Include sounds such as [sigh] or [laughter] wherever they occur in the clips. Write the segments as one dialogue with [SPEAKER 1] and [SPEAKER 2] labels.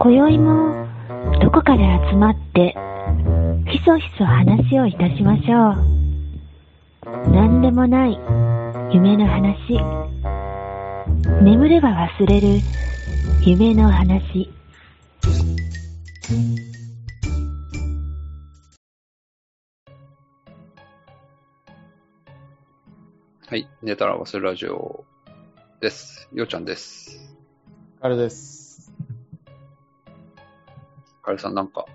[SPEAKER 1] 今宵もどこかで集まってひそひそ話をいたしましょう何でもない夢の話眠れば忘れる夢の話
[SPEAKER 2] はい。寝たら忘れるラジオです。ようちゃんです。
[SPEAKER 3] あれです。
[SPEAKER 2] カエルさんなんか、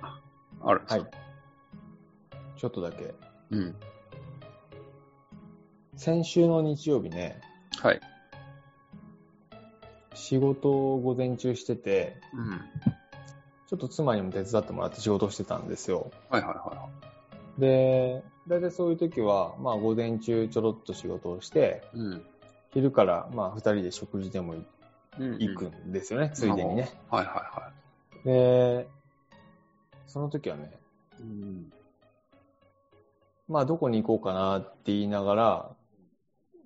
[SPEAKER 2] あるんです
[SPEAKER 3] は
[SPEAKER 2] か、
[SPEAKER 3] い。ちょっとだけ。
[SPEAKER 2] うん。
[SPEAKER 3] 先週の日曜日ね、
[SPEAKER 2] はい。
[SPEAKER 3] 仕事を午前中してて、
[SPEAKER 2] うん。
[SPEAKER 3] ちょっと妻にも手伝ってもらって仕事をしてたんですよ。
[SPEAKER 2] はいはいは
[SPEAKER 3] で、だいたいそういう時は、まあ午前中ちょろっと仕事をして、
[SPEAKER 2] い。うん。
[SPEAKER 3] 昼からまあ二人で食事でも
[SPEAKER 2] うんうん
[SPEAKER 3] 行くんですよね、ついでにね。
[SPEAKER 2] はいはいは
[SPEAKER 3] で、その時はね、
[SPEAKER 2] い。うん。
[SPEAKER 3] まあどこに行こうかなって言いながら、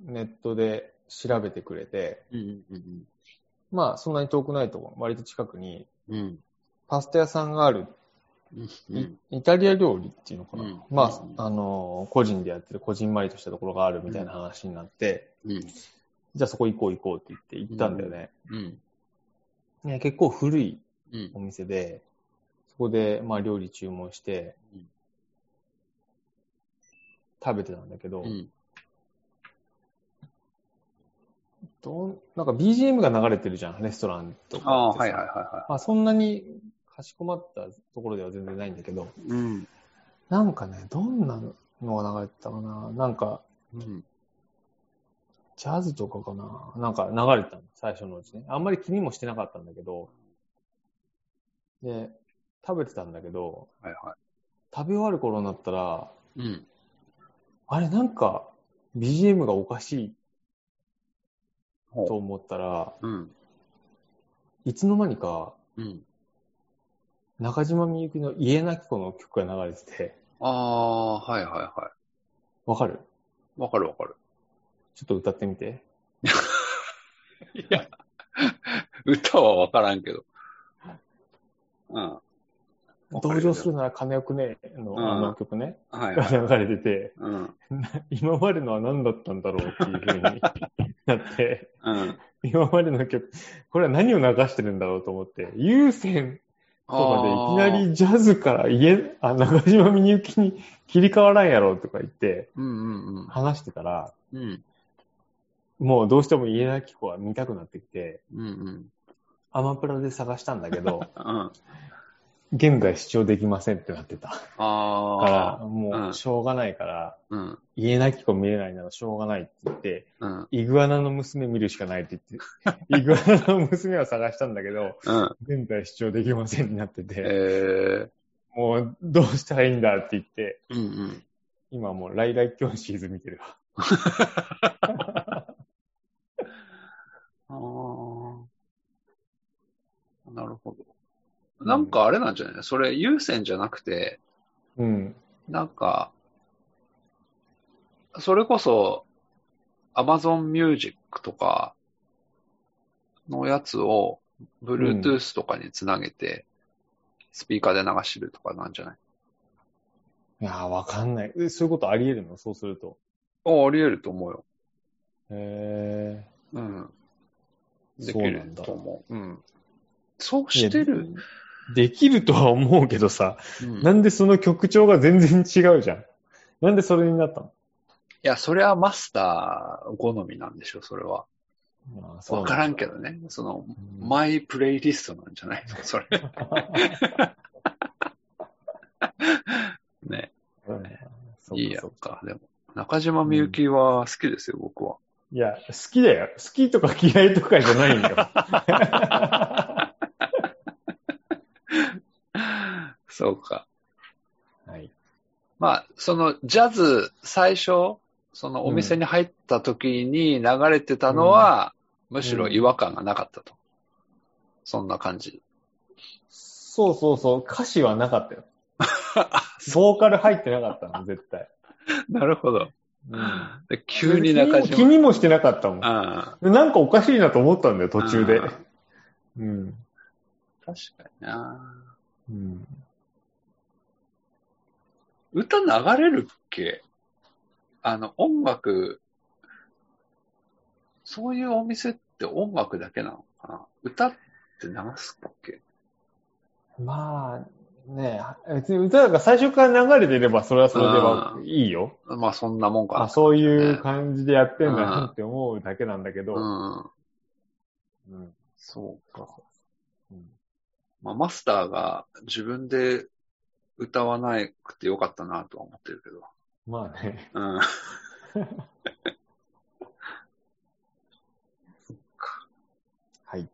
[SPEAKER 3] ネットで調べてくれて、
[SPEAKER 2] うんうん
[SPEAKER 3] まあそんなに遠くないとこ、割と近くに
[SPEAKER 2] うん。うん。
[SPEAKER 3] パスタ屋さんがある、
[SPEAKER 2] う
[SPEAKER 3] い
[SPEAKER 2] ん。
[SPEAKER 3] イタリア料理っていうのかな、
[SPEAKER 2] うん
[SPEAKER 3] ま
[SPEAKER 2] うん
[SPEAKER 3] あ、あのー個人でやってる、こじんまりとしたところがあるみたいな話になって、
[SPEAKER 2] うん。
[SPEAKER 3] じゃあそこ行こう行こうって言って行ったんだよね。
[SPEAKER 2] うん。
[SPEAKER 3] ね結構古い
[SPEAKER 2] うん。
[SPEAKER 3] お店で、そこで、まあ、料理注文して
[SPEAKER 2] うん、
[SPEAKER 3] 食べてたんだけど、
[SPEAKER 2] うん。
[SPEAKER 3] どんなんか BGM が流れてるじゃん、レストランと
[SPEAKER 2] あ
[SPEAKER 3] か
[SPEAKER 2] あ、
[SPEAKER 3] ってさ。
[SPEAKER 2] はいはいはいは
[SPEAKER 3] まあ、そんなにかしこまったところでは全然ないんだけど、
[SPEAKER 2] い。うん。
[SPEAKER 3] なんかね、どんなのが流れてたかななんか、
[SPEAKER 2] うん。
[SPEAKER 3] ジャズとかかななんか流れてたの、最初のうちね。あんまり気にもしてなかったんだけど、で、食べてたんだけど、
[SPEAKER 2] はいは
[SPEAKER 3] 食べ終わる頃になったら、
[SPEAKER 2] い。うん。
[SPEAKER 3] あれなんか BGM がおかしい
[SPEAKER 2] ほう
[SPEAKER 3] と思ったら、
[SPEAKER 2] うん。
[SPEAKER 3] いつの間にか
[SPEAKER 2] うん。
[SPEAKER 3] 中島みゆきの家なき子の曲が流れてて、
[SPEAKER 2] ああ、はいはいは
[SPEAKER 3] わかる
[SPEAKER 2] い。わかるわかる。
[SPEAKER 3] ちょっと歌ってみて。
[SPEAKER 2] いや、歌はわからんけど。うん。
[SPEAKER 3] 同情するなら金をくねの
[SPEAKER 2] うん
[SPEAKER 3] あの曲ね、
[SPEAKER 2] はい
[SPEAKER 3] が
[SPEAKER 2] はい。
[SPEAKER 3] 流れてて、
[SPEAKER 2] うん。
[SPEAKER 3] 今までのは何だったんだろうっていう風になって、
[SPEAKER 2] うん。
[SPEAKER 3] [laughs] 今までの曲、これは何を流してるんだろうと思って、優先とかでいきなりジャズから家、あ、中島みゆきに切り替わらんやろとか言って
[SPEAKER 2] うんうん
[SPEAKER 3] 話してたら、
[SPEAKER 2] うん。うん。
[SPEAKER 3] もうどうしても家なき子は見たくなってきて、
[SPEAKER 2] うんうん。
[SPEAKER 3] アマプラで探したんだけど、
[SPEAKER 2] [laughs] うん。
[SPEAKER 3] 現在視聴できませんってなってた。だか
[SPEAKER 2] ああ。
[SPEAKER 3] ら、も
[SPEAKER 2] うん
[SPEAKER 3] うしょうがないから、
[SPEAKER 2] うん。
[SPEAKER 3] 家なき子見れないならしょうがないって言って、
[SPEAKER 2] うん。
[SPEAKER 3] イグアナの娘見るしかないって言って、イグアナの娘は探したんだけど、
[SPEAKER 2] うん。
[SPEAKER 3] 現在視聴できませんになって
[SPEAKER 2] え
[SPEAKER 3] て、
[SPEAKER 2] ー。
[SPEAKER 3] もうどうしたらいいんだって言って、
[SPEAKER 2] うんうん。
[SPEAKER 3] 今もうライライキョンシーズ見てるわ。
[SPEAKER 2] ああ。なるほど。なんかあれなんじゃないそれ、優先じゃなくて、
[SPEAKER 3] うん。
[SPEAKER 2] なんか、それこそ、Amazon Music とかのやつを、Bluetooth とかにつなげて、スピーカーで流してるとかなんじゃない
[SPEAKER 3] いやーわかんない。えそういうことあり得るのそうすると。
[SPEAKER 2] あ、あり得ると思うよ。
[SPEAKER 3] へ
[SPEAKER 2] うん。
[SPEAKER 3] ー
[SPEAKER 2] でき
[SPEAKER 3] そうな
[SPEAKER 2] る
[SPEAKER 3] んだ
[SPEAKER 2] と。思う。うん。そうしてる。
[SPEAKER 3] できるとは思うけどさ、
[SPEAKER 2] うん
[SPEAKER 3] なんでその曲調が全然違うじゃん。なんでそれになったの
[SPEAKER 2] いや、それはマスター好みなんでしょ、それは。
[SPEAKER 3] あーそう
[SPEAKER 2] わ
[SPEAKER 3] なん
[SPEAKER 2] か
[SPEAKER 3] だ
[SPEAKER 2] らんけどね。その、
[SPEAKER 3] うん
[SPEAKER 2] マイプレイリストなんじゃないの
[SPEAKER 3] [laughs]
[SPEAKER 2] それ。ね。
[SPEAKER 3] うんそうか
[SPEAKER 2] いいや
[SPEAKER 3] そ
[SPEAKER 2] ん
[SPEAKER 3] うか
[SPEAKER 2] か。でも、中島みゆきは好きですよ、僕は。
[SPEAKER 3] いや、好きだよ。好きとか嫌いとかじゃない
[SPEAKER 2] [laughs]
[SPEAKER 3] んだよ。
[SPEAKER 2] そうか。
[SPEAKER 3] はい。
[SPEAKER 2] まあ、その、ジャズ、最初、そのお店に入った時に流れてたのは、むしろ違和感がなかったと。そんな感じ。
[SPEAKER 3] そうそうそう。歌詞はな
[SPEAKER 2] [laughs]
[SPEAKER 3] かったよ。
[SPEAKER 2] あ
[SPEAKER 3] ボーカル入ってなかったの、絶対。
[SPEAKER 2] なるほど。
[SPEAKER 3] うん
[SPEAKER 2] で急に中
[SPEAKER 3] 気
[SPEAKER 2] 島。
[SPEAKER 3] にもしてなかったもん。
[SPEAKER 2] あ
[SPEAKER 3] でなんかおかしいなと思ったんだよ、途中で
[SPEAKER 2] あ。
[SPEAKER 3] うん。
[SPEAKER 2] 確かにな。
[SPEAKER 3] うん。
[SPEAKER 2] 歌流れるっけあの、音楽、そういうお店って音楽だけなのかな歌って流すっけ
[SPEAKER 3] まあ、ねえ、別に歌が最初から流れてれば、それはそれではいいよ。
[SPEAKER 2] まあ、そんなもんかな。
[SPEAKER 3] あ、そういう感じでやってんだなって思うだけなんだけど。
[SPEAKER 2] うん。
[SPEAKER 3] うん。
[SPEAKER 2] そうか。
[SPEAKER 3] うん
[SPEAKER 2] まあ、マスターが自分で歌わなくてよかったなとは思ってるけど。
[SPEAKER 3] まあね。
[SPEAKER 2] うん。
[SPEAKER 3] はい。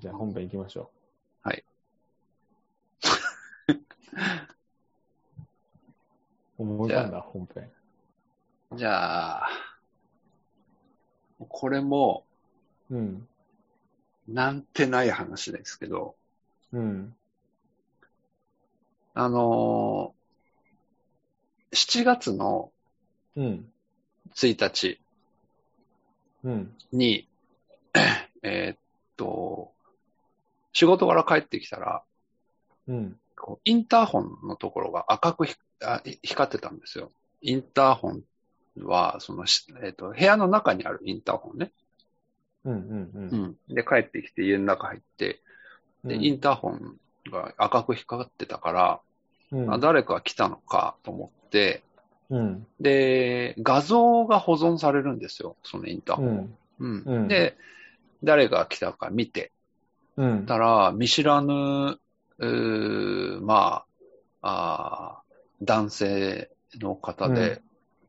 [SPEAKER 3] じゃあ本編行きましょ
[SPEAKER 2] はい。
[SPEAKER 3] う。 [laughs] 思い浮かんだ、本編。
[SPEAKER 2] じゃあ、これも、
[SPEAKER 3] うん。
[SPEAKER 2] なんてない話ですけど、
[SPEAKER 3] うん。
[SPEAKER 2] あのー7月の
[SPEAKER 3] うん。
[SPEAKER 2] 1日
[SPEAKER 3] うん。
[SPEAKER 2] に、 [clears throat] えーっと、仕事から帰ってきたら、
[SPEAKER 3] うん。
[SPEAKER 2] こうインターホンのところが赤くひあい光ってたんですよ。インターホンは、そのし、えっ、と、部屋の中にあるインターホンね。
[SPEAKER 3] うん。うん。うん。
[SPEAKER 2] で、帰ってきて家の中入って、で、インターホンが赤く光ってたから、
[SPEAKER 3] うん。
[SPEAKER 2] あ誰か来たのかと思って、
[SPEAKER 3] うん。
[SPEAKER 2] で、画像が保存されるんですよ、そのインターホ
[SPEAKER 3] う
[SPEAKER 2] ン。
[SPEAKER 3] ん。
[SPEAKER 2] うん
[SPEAKER 3] うん
[SPEAKER 2] で、誰が来たか見て
[SPEAKER 3] うん。
[SPEAKER 2] たら、見知らぬ、うーまあ、あー男性の方で、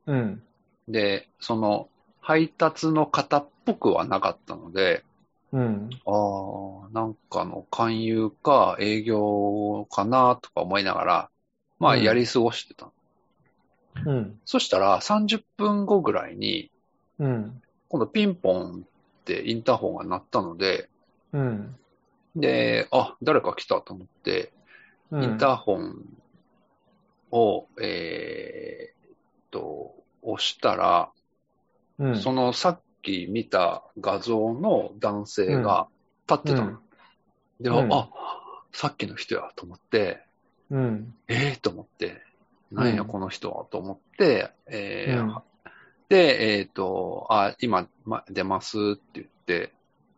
[SPEAKER 3] うん。
[SPEAKER 2] で、その、配達の方っぽくはなかったので、
[SPEAKER 3] うん。
[SPEAKER 2] ああ、なんかの勧誘か営業かなとか思いながら、まあ、
[SPEAKER 3] うん
[SPEAKER 2] やり過ごしてた。
[SPEAKER 3] うん。
[SPEAKER 2] そしたら、30分後ぐらいに、
[SPEAKER 3] うん。
[SPEAKER 2] 今度ピンポンってインターホンが鳴ったので、
[SPEAKER 3] うん。
[SPEAKER 2] で、あ、誰か来たと思って、
[SPEAKER 3] うん。
[SPEAKER 2] インターホンを、えーっと、押したら、
[SPEAKER 3] うん。
[SPEAKER 2] そのさっき見た画像の男性が立ってたの。
[SPEAKER 3] うん
[SPEAKER 2] で、
[SPEAKER 3] うん
[SPEAKER 2] あ、さっきの人やと思って、
[SPEAKER 3] うん。
[SPEAKER 2] ええー、と思って、なんや
[SPEAKER 3] うん
[SPEAKER 2] この人はと思って、えー
[SPEAKER 3] うん
[SPEAKER 2] で、えーっと、あ、今、ま、出ますって言って、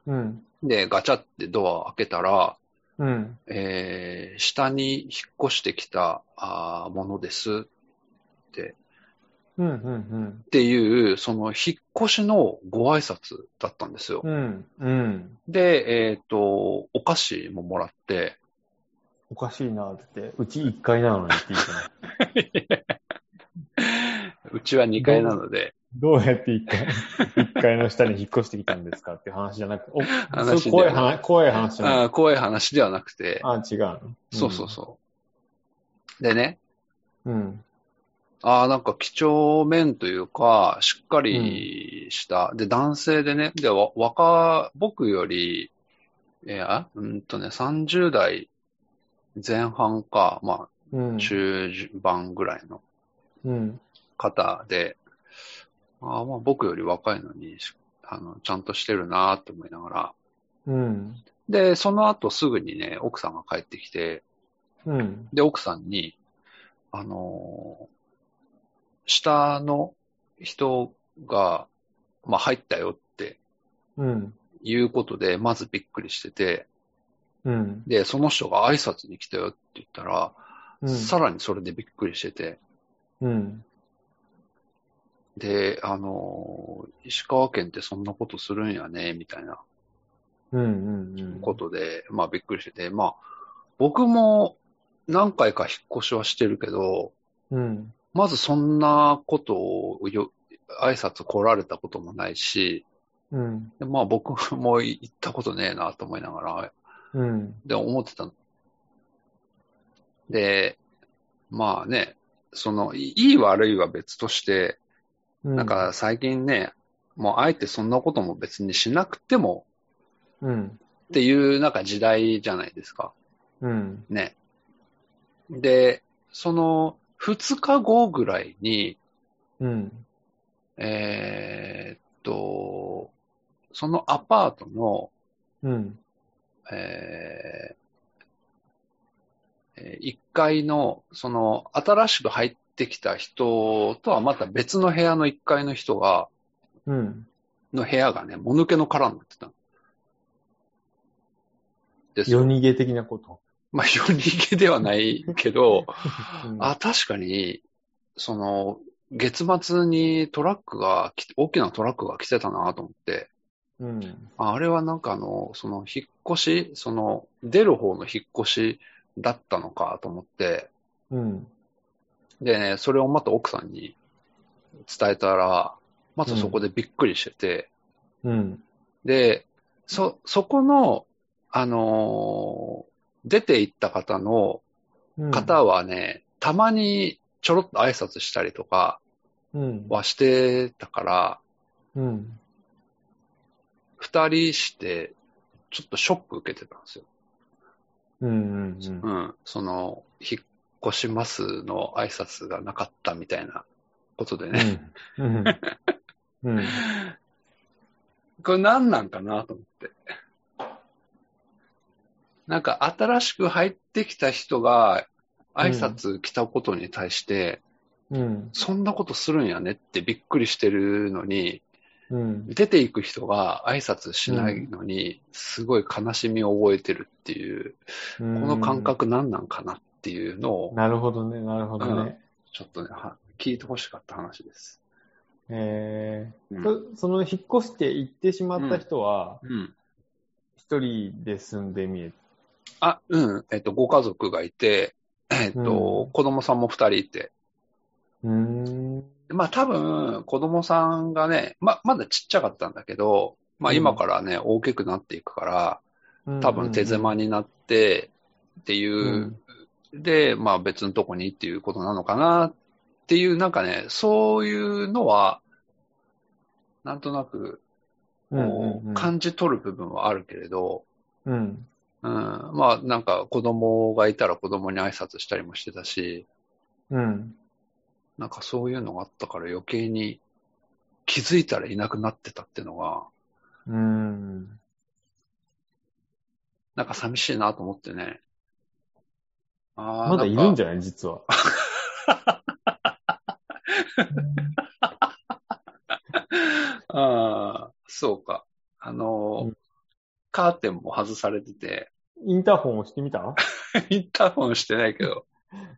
[SPEAKER 3] うん。
[SPEAKER 2] で、ガチャってドアを開けたら、
[SPEAKER 3] うん。
[SPEAKER 2] えー下に引っ越してきたあーものです
[SPEAKER 3] うん。うん。
[SPEAKER 2] っていう、その引っ越しのご挨拶だったんですよ。
[SPEAKER 3] うん。うん。
[SPEAKER 2] で、えっ、と、お菓子ももらって、
[SPEAKER 3] おかしいなって言って、うち1階なのにって言ってない。
[SPEAKER 2] うちは2階なので、
[SPEAKER 3] どうやって1階、1階の下に引っ越してきたんですかっていう話じゃなく、お
[SPEAKER 2] 話
[SPEAKER 3] そう
[SPEAKER 2] では
[SPEAKER 3] 怖
[SPEAKER 2] ない
[SPEAKER 3] い話、怖い話じゃな
[SPEAKER 2] あ
[SPEAKER 3] い。
[SPEAKER 2] ー怖い話ではなくて、
[SPEAKER 3] あ、違うの。
[SPEAKER 2] そうそうそう。でね、
[SPEAKER 3] うん。うん。
[SPEAKER 2] ああ、なんか貴重面というか、しっかりした。で、男性でね、で、わ若、僕より、えーあ、うんとね、30代前半か、ま
[SPEAKER 3] うん。
[SPEAKER 2] あ、中盤ぐらいの
[SPEAKER 3] うん。
[SPEAKER 2] 方で、あーまあ、僕より若いのに、しあの、ちゃんとしてるなと思いながら。
[SPEAKER 3] うん。
[SPEAKER 2] で、その後すぐにね、奥さんが帰ってきて、
[SPEAKER 3] うん。
[SPEAKER 2] で、奥さんに、あのー下の人が、まあ、入ったよって
[SPEAKER 3] うん。
[SPEAKER 2] いうことで、まずびっくりしてて、
[SPEAKER 3] うん。
[SPEAKER 2] で、その人が挨拶に来たよって言ったら、
[SPEAKER 3] うん。
[SPEAKER 2] さらにそれでびっくりしてて、
[SPEAKER 3] うん。
[SPEAKER 2] で、あのー石川県ってそんなことするんやね、みたいな
[SPEAKER 3] うん。うん。うん。
[SPEAKER 2] ことで、まあ、びっくりしてて、まあ、僕も何回か引っ越しはしてるけど、
[SPEAKER 3] うん。
[SPEAKER 2] まずそんなことをよ、挨拶来られたこともないし、
[SPEAKER 3] うん。
[SPEAKER 2] でまあ僕も行ったことねえなと思いながら、
[SPEAKER 3] うん。
[SPEAKER 2] で、思ってたの。で、まあね、その、いいい悪いは別として、
[SPEAKER 3] う
[SPEAKER 2] なん、か最近ね、もうあえてそんなことも別にしなくても
[SPEAKER 3] うん。
[SPEAKER 2] っていうなんか時代じゃないですか。
[SPEAKER 3] うん。
[SPEAKER 2] ね。で、その、二日後ぐらいに、
[SPEAKER 3] うん。
[SPEAKER 2] えーっと、そのアパートの、
[SPEAKER 3] うん。
[SPEAKER 2] えーえ1階の、その、新しく入ってきた人とはまた別の部屋の1階の人が、
[SPEAKER 3] うん。
[SPEAKER 2] の部屋がね、もぬけの殻になってたの。ですよ
[SPEAKER 3] 夜逃げ的なこと。
[SPEAKER 2] まあ、夜逃げではないけど、
[SPEAKER 3] うん、
[SPEAKER 2] あ、確かに、その、月末にトラックが来て、大きなトラックが来てたなと思って、
[SPEAKER 3] うん。
[SPEAKER 2] ああれはなんかあの、その引っ越し、その出る方の引っ越しだったのかと思って、
[SPEAKER 3] うん。
[SPEAKER 2] でね、それをまた奥さんに伝えたら、まずそこでびっくりしてて、
[SPEAKER 3] うん。
[SPEAKER 2] で、そ、そこの、あのー出て行った方の
[SPEAKER 3] うん。
[SPEAKER 2] 方はね、たまにちょろっと挨拶したりとか
[SPEAKER 3] うん。
[SPEAKER 2] はしてたから、
[SPEAKER 3] うん。
[SPEAKER 2] 二人して、ちょっとショック受けてたんですよ。
[SPEAKER 3] うん。うん。うん
[SPEAKER 2] うん、その、引っ越しますの挨拶がなかったみたいなことでね。
[SPEAKER 3] うん。うん。
[SPEAKER 2] これ何なんかなと思って。なんか新しく入ってきた人が挨拶来たことに対して、
[SPEAKER 3] うん。
[SPEAKER 2] そんなことするんやねってびっくりしてるのに、
[SPEAKER 3] うん。
[SPEAKER 2] 出ていく人が挨拶しないのに、すごい悲しみを覚えてるっていう、
[SPEAKER 3] こ
[SPEAKER 2] この感。覚何なんかなっていうのを、
[SPEAKER 3] なるほどね、なるほどね。
[SPEAKER 2] ちょっとね、は聞いてほしかった話です。
[SPEAKER 3] え
[SPEAKER 2] う
[SPEAKER 3] ー
[SPEAKER 2] ん
[SPEAKER 3] そその引っ越して行ってしまった人は、
[SPEAKER 2] うん。
[SPEAKER 3] 一人で住んでみえ
[SPEAKER 2] あ、うん。えっと、ご家族がいて、えっと、
[SPEAKER 3] うん
[SPEAKER 2] 子供さんも二人いて。
[SPEAKER 3] うーん。
[SPEAKER 2] まあ多分、子供さんがね、ま、まだちっちゃかったんだけど、まあ
[SPEAKER 3] うん
[SPEAKER 2] 今からね、大きくなっていくから、多分手狭
[SPEAKER 3] に。
[SPEAKER 2] になってっていうう、
[SPEAKER 3] ん
[SPEAKER 2] で、まあ別のとこにっていうことなのかなっていう、なんかね、そういうのは、なんとなく、
[SPEAKER 3] うん
[SPEAKER 2] こう感じ取る部分はあるけれど、
[SPEAKER 3] うんうん。
[SPEAKER 2] うん、まあなんか子供がいたら子供に挨拶したりもしてたし、
[SPEAKER 3] うん。
[SPEAKER 2] なんかそういうのがあったから余計に気づいたらいなくなってたっていうのが、
[SPEAKER 3] うん。
[SPEAKER 2] なんか寂しいなと思ってね。あー
[SPEAKER 3] まだいるん
[SPEAKER 2] なんか
[SPEAKER 3] じゃない
[SPEAKER 2] [laughs]
[SPEAKER 3] 実は。
[SPEAKER 2] あーそうか。あのー、
[SPEAKER 3] うん
[SPEAKER 2] カーテンも外されてて、 [laughs]
[SPEAKER 3] インターホン押してみた
[SPEAKER 2] インターホンしてないけど、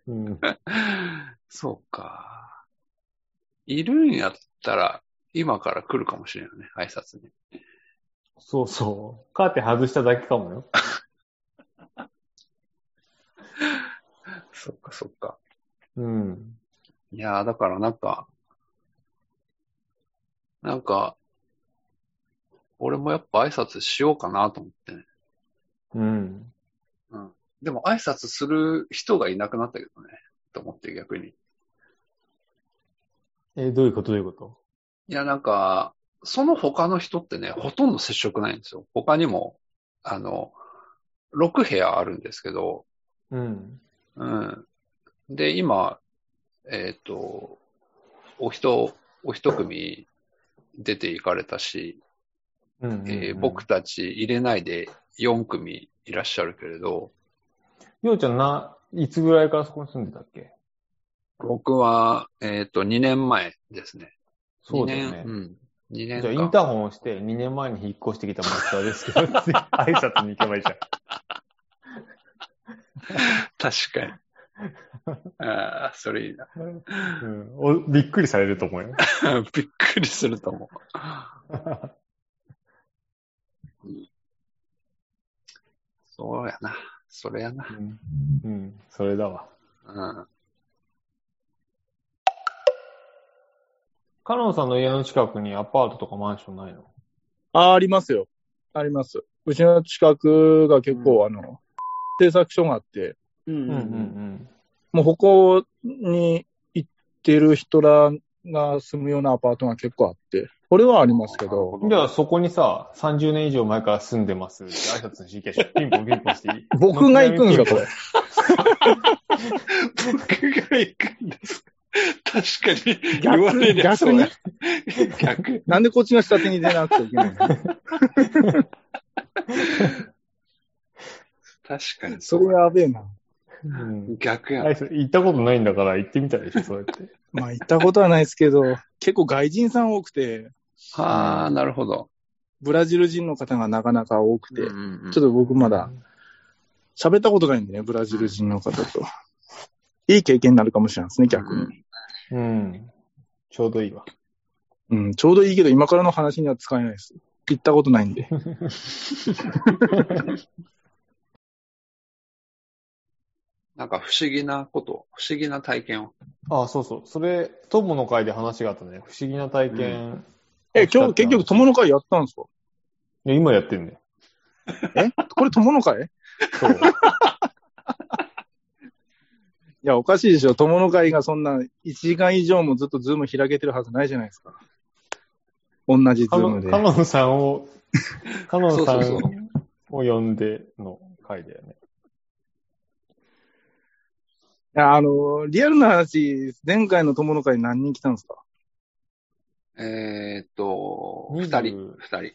[SPEAKER 3] うん。
[SPEAKER 2] そうか。いるんやったら、今から来るかもしれないね、挨拶に。
[SPEAKER 3] そうそう。カーテン外しただけかもよ。
[SPEAKER 2] そっか、そっか。
[SPEAKER 3] うん。
[SPEAKER 2] いやー、だからなんか、なんか、俺もやっぱ挨拶しようかなと思ってね。
[SPEAKER 3] うん。
[SPEAKER 2] でも挨拶する人がいなくなったけどね。と思って逆に。い
[SPEAKER 3] え、どういうことどういうこと
[SPEAKER 2] や、なんか、その他の人ってね、ほとんど接触ないんですよ。他にも、あの、6部屋あるんですけど、
[SPEAKER 3] うん。
[SPEAKER 2] うん。で、今、えっ、と、お人、お一組出て行かれたし、
[SPEAKER 3] うんうん
[SPEAKER 2] えー
[SPEAKER 3] うん
[SPEAKER 2] 僕。たち入れないで4組いらっしゃるけれど、
[SPEAKER 3] ようちゃんな、いつぐらいからそこに住んでたっけ
[SPEAKER 2] 僕は、えっ、と、2年前ですね。
[SPEAKER 3] そうだよね
[SPEAKER 2] 2年、うん。2年
[SPEAKER 3] じゃあ、イ
[SPEAKER 2] 間
[SPEAKER 3] ンターホンを押して、2年前に引っ越してきたマスターです
[SPEAKER 2] [laughs]
[SPEAKER 3] けど、って挨拶に行けばいいじゃん。
[SPEAKER 2] 確かに。 [laughs] ああ、それいいな。
[SPEAKER 3] うん、おびっくりされると思うよ。
[SPEAKER 2] [laughs] びっくりすると思う。 [laughs] そうやな。それやな。
[SPEAKER 3] うん、うん、それだわ。
[SPEAKER 2] うん。
[SPEAKER 3] カノンさんの家の近くにアパートとかマンションないの
[SPEAKER 4] あ、ありますよ。あります。うちの近くが結構、あの、製作所があって、
[SPEAKER 2] うん
[SPEAKER 3] うんうん
[SPEAKER 4] もうここに行ってる人らが住むようなアパートが結構あって、これはありますけど、
[SPEAKER 3] うん。じゃあそこにさ、30年以上前から住んでますって挨拶しに行けばいいじゃんピンポンピンポンしていい
[SPEAKER 4] [laughs] 僕が行くんですか、これ。
[SPEAKER 2] 僕が行くんです。確かに。
[SPEAKER 4] [laughs] 逆
[SPEAKER 2] 言われりゃそうや
[SPEAKER 4] 逆。
[SPEAKER 2] 逆。
[SPEAKER 4] なんでこっちの下手に出なくちゃいけない [laughs] の
[SPEAKER 2] 確かに。
[SPEAKER 4] それやべえな。
[SPEAKER 3] うん。
[SPEAKER 2] 逆や
[SPEAKER 3] あ
[SPEAKER 2] ん。
[SPEAKER 3] いつ行ったことないんだから行ってみたいでしょ、そうやって。
[SPEAKER 4] まあ行ったことはないですけど、結構外人さん多くて、
[SPEAKER 2] はあ、なるほど。
[SPEAKER 4] ブラジル人の方がなかなか多くて、
[SPEAKER 2] うんうん
[SPEAKER 4] ちょっと僕まだ喋ったことないんでね、ブラジル人の方と。いい経験になるかもしれないですね、逆に。
[SPEAKER 3] うん。ちょうどいいわ。
[SPEAKER 4] うん、ちょうどいいけど、今からの話には使えないです。 [laughs] 行ったことないんで。
[SPEAKER 2] なんか不思議なこと、不思議な体験を。
[SPEAKER 3] あそうそう。それ、友の会で話があったね。不思議な体験。
[SPEAKER 4] え、今日結局友の会やったんですか
[SPEAKER 3] いや今やってんね。
[SPEAKER 4] これ友の会い
[SPEAKER 3] そう。
[SPEAKER 4] や、おかしいでしょ。友の会がそんな1時間以上もずっとズーム開けてるはずないじゃないですか。同じズ
[SPEAKER 3] カ
[SPEAKER 4] ー
[SPEAKER 3] ノ
[SPEAKER 4] ム
[SPEAKER 3] ン
[SPEAKER 4] で。
[SPEAKER 3] カノンさん [laughs] を、カノンさ
[SPEAKER 2] そ
[SPEAKER 3] ん
[SPEAKER 2] うそう
[SPEAKER 3] を呼んでの回だよね。
[SPEAKER 4] いや、あの、リアルな話、前回の友の会何人来たんですか
[SPEAKER 2] えーっと、
[SPEAKER 3] 20
[SPEAKER 2] 二人、二人。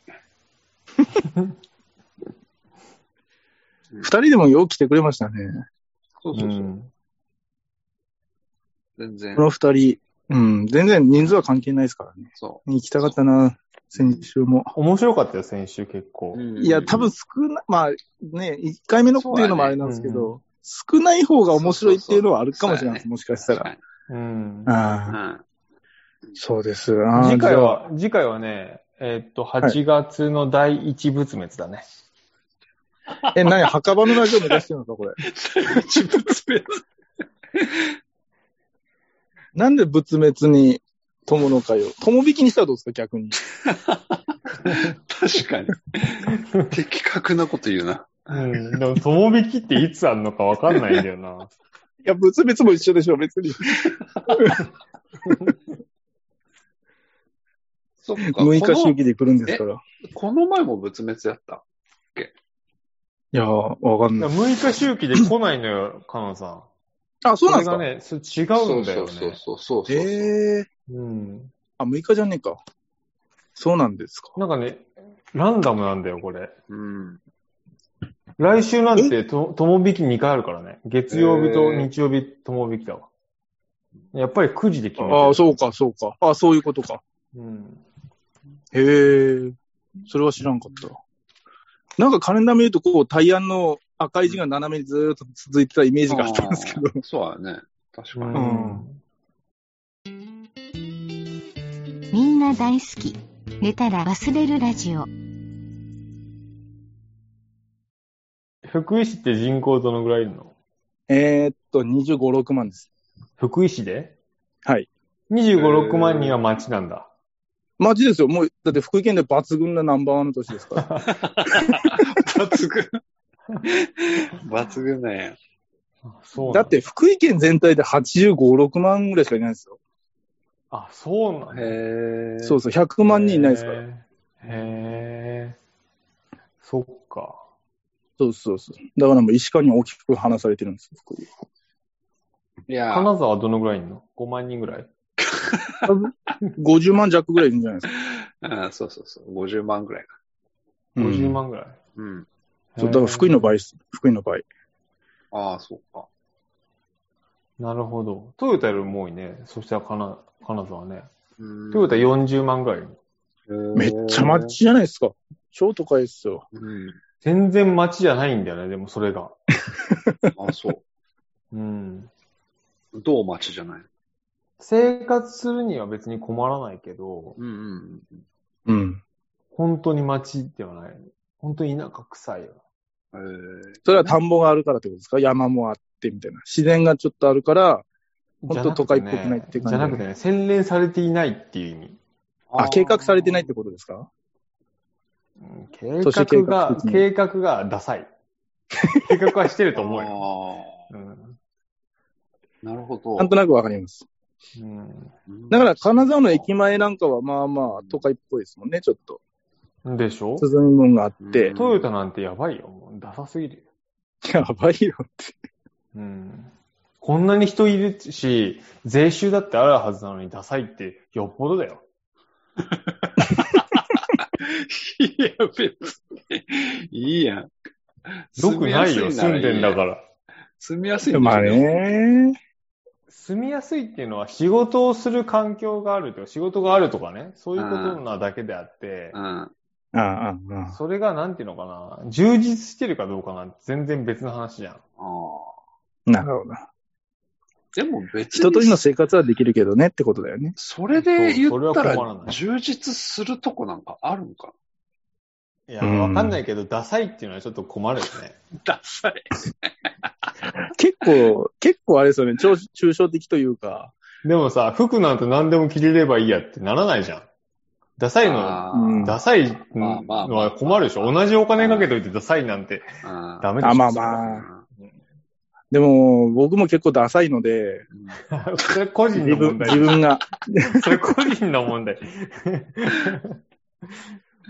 [SPEAKER 4] 二人でもよう来てくれましたね。
[SPEAKER 2] そうそうそう。全然
[SPEAKER 4] こ、の二人。うん、全然人数は関係ないですからね。
[SPEAKER 2] そ
[SPEAKER 4] 行きたかったな、先週も。
[SPEAKER 3] 面白かったよ、先週結構。
[SPEAKER 2] う。うん
[SPEAKER 4] いや、多分、少な、まあね、一回目のっていうのもあれなんですけど、少ない方が面白いっていうのはあるかもしれないです、もしかした
[SPEAKER 2] 確
[SPEAKER 4] ら。
[SPEAKER 2] かに。
[SPEAKER 3] うん。
[SPEAKER 4] ああ、
[SPEAKER 2] うん。
[SPEAKER 4] そうです。ああ
[SPEAKER 3] 次回
[SPEAKER 4] じゃあ
[SPEAKER 3] は、次回はね、えーっと、8月の第一仏滅だね。
[SPEAKER 4] え、何墓場のラジオ目指してるのか、これ。
[SPEAKER 2] 自分で
[SPEAKER 4] なんで仏滅に友の会を。友引きにしたらどうですか、逆に。
[SPEAKER 2] 確かに。的確なこと言うな。
[SPEAKER 3] うん。でも、友引きっていつあんのかわかんないんだよ
[SPEAKER 4] [laughs]
[SPEAKER 3] な。
[SPEAKER 4] いや、仏滅も一緒でしょ、別に。
[SPEAKER 2] [laughs] そっか。
[SPEAKER 4] 6日
[SPEAKER 2] こ
[SPEAKER 4] 周
[SPEAKER 2] の
[SPEAKER 4] 期で来るんですから。い
[SPEAKER 2] この前も仏滅やった。
[SPEAKER 4] やー、わかんない。
[SPEAKER 3] 6日周期で来ないのよ、カノンさん。
[SPEAKER 4] あ、そうなんです
[SPEAKER 3] そ
[SPEAKER 4] か、
[SPEAKER 3] れがね、それ違うんだよね。
[SPEAKER 2] そうそうそうそう。
[SPEAKER 4] ええ
[SPEAKER 3] うん。
[SPEAKER 4] あ、6日じゃねえか。そうなんですか。
[SPEAKER 3] なんかね、ランダムなんだよ、これ。
[SPEAKER 2] うん。
[SPEAKER 3] 来週なんてと、ともびき2回あるからね。月曜日と日曜日、ともびきだわ。やっぱり9時で決めてる。
[SPEAKER 4] ああ、そうか、そうか。あそういうことか。
[SPEAKER 3] うん。
[SPEAKER 4] へえ、それは知らんかった。なんかカレンダー見ると、こう、対案の赤い字が斜めにずーっと続いてたイメージがあったんですけど。
[SPEAKER 2] あーそうだね。確
[SPEAKER 3] う
[SPEAKER 2] かに。
[SPEAKER 4] [laughs]
[SPEAKER 3] ん。
[SPEAKER 5] みんな大好き。寝たら忘れるラジオ。
[SPEAKER 3] 福井市って人口どのぐらいいるの
[SPEAKER 4] えーっと、25、6万です。
[SPEAKER 3] 福井市で
[SPEAKER 4] はい。
[SPEAKER 3] 25、
[SPEAKER 2] へー
[SPEAKER 3] 6万人は町なんだ。
[SPEAKER 4] マジですよ。もう、だって福井県で抜群なナンバーワンの
[SPEAKER 3] [laughs]
[SPEAKER 4] 年ですから。
[SPEAKER 2] [laughs] 抜群。抜群だよ。
[SPEAKER 3] そう
[SPEAKER 4] だ
[SPEAKER 3] なん
[SPEAKER 4] って、福井県全体で85、6万ぐらいしかいないんですよ。
[SPEAKER 3] あ、そうなんだ。
[SPEAKER 2] へえ。
[SPEAKER 4] そうそう、100万人いないですから。
[SPEAKER 3] へー。へーそっか。
[SPEAKER 4] そうそうそう。だからもう石川に大きく話されてるんですよ、福井。
[SPEAKER 2] いや、
[SPEAKER 3] 金沢はどのぐらいいるの ?5 万人ぐ
[SPEAKER 4] [laughs]
[SPEAKER 3] らい
[SPEAKER 4] 50万弱ぐらいいるんじゃないですか。
[SPEAKER 2] うん、そうそうそう。50万ぐらいか。
[SPEAKER 3] ?50 万ぐらい。
[SPEAKER 2] うん。
[SPEAKER 4] そう、だから福井の場合です。福井の場合。
[SPEAKER 2] ああ、そうか。
[SPEAKER 3] なるほど。トヨタよりも多いね。そしたら金金沢ね。
[SPEAKER 2] うん
[SPEAKER 3] トヨタ40万ぐらいいる。
[SPEAKER 4] めっちゃマッ。チじゃないですか。超都会ですよ。
[SPEAKER 2] うん。
[SPEAKER 3] 全然街じゃないんだよね、でもそれが。
[SPEAKER 2] あそう。
[SPEAKER 3] うん。
[SPEAKER 2] どう街じゃない
[SPEAKER 3] 生活するには別に困らないけど、
[SPEAKER 2] うんうん
[SPEAKER 4] うん。
[SPEAKER 3] 本当に街ではない。本当に田舎臭いよ。
[SPEAKER 2] うん。えー
[SPEAKER 4] それは田んぼがあるからってことですか山もあってみたいな。自然がちょっとあるから、本当都会っぽくないって感じ
[SPEAKER 3] じゃなくてね、洗練されていないっていう意味。
[SPEAKER 4] あ、計画されてないっ
[SPEAKER 2] あ
[SPEAKER 4] てことですか
[SPEAKER 3] うん
[SPEAKER 4] 都市計
[SPEAKER 3] 計画
[SPEAKER 4] 画
[SPEAKER 3] が
[SPEAKER 4] 的、に
[SPEAKER 3] 計画がダサ
[SPEAKER 4] [laughs]
[SPEAKER 3] い。計画はしてると
[SPEAKER 2] ー
[SPEAKER 3] 思うよ。
[SPEAKER 2] あ
[SPEAKER 3] うん
[SPEAKER 2] ーなるほど。
[SPEAKER 4] なんとなくわかります。だから、金沢の駅前なんかはまあまあ都会っぽいですもんね、ちょっと。
[SPEAKER 3] うん。でしょ
[SPEAKER 4] 涼み門があって。
[SPEAKER 2] うん
[SPEAKER 3] トヨタなんてやばいよ。もうダサすぎるよ。
[SPEAKER 4] やばいよ。
[SPEAKER 3] うん。こんなに人いるし、税収だってあるはずなのにダサいってよっぽどだよ。
[SPEAKER 2] いや、別に。いいやん。
[SPEAKER 3] [laughs] よくない
[SPEAKER 2] 住みや
[SPEAKER 3] よ、住
[SPEAKER 2] すいならい
[SPEAKER 3] ん
[SPEAKER 2] い
[SPEAKER 3] でんだから。
[SPEAKER 2] 住みやすいんで
[SPEAKER 4] ますあ
[SPEAKER 2] よね。
[SPEAKER 4] ね。
[SPEAKER 3] 住みやすいっていうのは仕事をする環境があるとか、仕事があるとかね、そういうことなだけであって、
[SPEAKER 2] うん。
[SPEAKER 4] ああ、ああ、ああ。
[SPEAKER 3] それがなんていうのかな、充実してるかどうかなんて全然別の話じゃん。
[SPEAKER 2] あー
[SPEAKER 4] なるほど。
[SPEAKER 2] でも別
[SPEAKER 4] 人と
[SPEAKER 2] に
[SPEAKER 4] の、生活はできるけどねってことだよね。
[SPEAKER 2] それで言った
[SPEAKER 3] そうそれは困ら
[SPEAKER 2] ら
[SPEAKER 3] な、い
[SPEAKER 2] 充実するとこなんかあるんか
[SPEAKER 3] いや、
[SPEAKER 4] うん
[SPEAKER 3] わかんないけど、ダサいっていうのはちょっと困るよね。
[SPEAKER 2] なダサい。
[SPEAKER 4] 結構、結構あれですよね、超抽象的というか、
[SPEAKER 3] でもさ、服なんて何でも着れればいいやってならないじゃん。ダサいの、
[SPEAKER 2] あ
[SPEAKER 4] うん
[SPEAKER 3] ダサい
[SPEAKER 2] まあ
[SPEAKER 3] の
[SPEAKER 2] まあ
[SPEAKER 3] は困るでしょ。同じお金かけといてダサいなんて
[SPEAKER 2] ーうん
[SPEAKER 3] ダメでしょ。
[SPEAKER 4] あ、まあ
[SPEAKER 2] う
[SPEAKER 4] まあ。
[SPEAKER 2] ん
[SPEAKER 4] でも、僕も結構ダサいので、
[SPEAKER 3] [laughs] それ個人
[SPEAKER 4] 自
[SPEAKER 3] の問
[SPEAKER 4] 分、自
[SPEAKER 3] 題。
[SPEAKER 4] 分が、
[SPEAKER 3] それ個人の問題。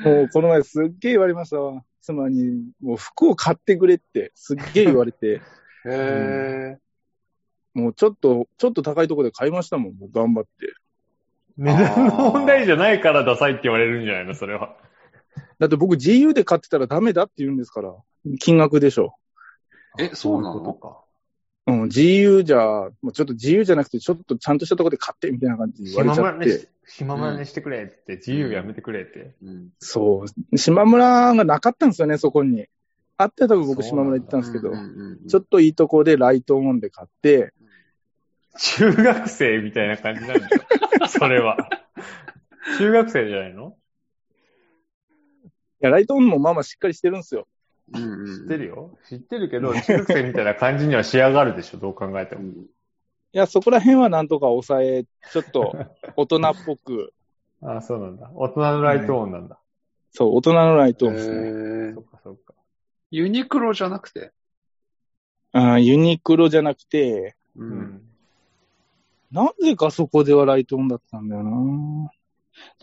[SPEAKER 4] もうこの前すっげえ言われましたわ。妻に、もう服を買ってくれって、すっげえ言われて、 [laughs]
[SPEAKER 2] へえ。
[SPEAKER 4] もうちょっと、ちょっと高いところで買いましたもん、もう頑張って。
[SPEAKER 3] 値段の問題じゃないからダサいって言われるんじゃないのそれは。
[SPEAKER 4] だって僕 GU で買ってたらダメだって言うんですから、金額でしょ。
[SPEAKER 2] えそうなの
[SPEAKER 3] いことか。
[SPEAKER 4] うん、GU じゃ、もうちょっと GU じゃなくて、ちょっとちゃんとしたところで買ってみたいな感じで言われ
[SPEAKER 3] 島
[SPEAKER 4] ちゃっ
[SPEAKER 3] 村に
[SPEAKER 4] て
[SPEAKER 3] し。、島村にしてくれって、自由やめてくれって。
[SPEAKER 2] うん
[SPEAKER 4] そう。島村がなかったんですよね、そこに。あって多分僕
[SPEAKER 3] そう
[SPEAKER 4] 島
[SPEAKER 3] なんだ
[SPEAKER 4] 村行ってたんですけど
[SPEAKER 2] う、んうんうん
[SPEAKER 4] ちょっといいとこでライトオンで買って、
[SPEAKER 3] 中学生みたいな感じなんでしょそれは。中学生じゃないの
[SPEAKER 4] いや、ライトオンもまあまあしっかりしてるんですよ。
[SPEAKER 2] うんうんうん
[SPEAKER 3] 知ってるよ。知ってるけど、中学生みたいな感じには仕上がるでしょ、どう考えて
[SPEAKER 2] う
[SPEAKER 3] も。
[SPEAKER 2] ん
[SPEAKER 4] いや、そこら辺はなんとか抑え、ちょっ [laughs] と大人っぽく、
[SPEAKER 3] ああ、そうなんだ。大人のライトオンなんだ。
[SPEAKER 4] そう、大人のライトオンですね。
[SPEAKER 2] へー
[SPEAKER 3] そっかそっか。
[SPEAKER 2] ユニクロじゃなくて。
[SPEAKER 4] うんユニクロじゃなくて、
[SPEAKER 2] う。
[SPEAKER 3] うんん。
[SPEAKER 4] なぜかそこではライトオンだったんだよな。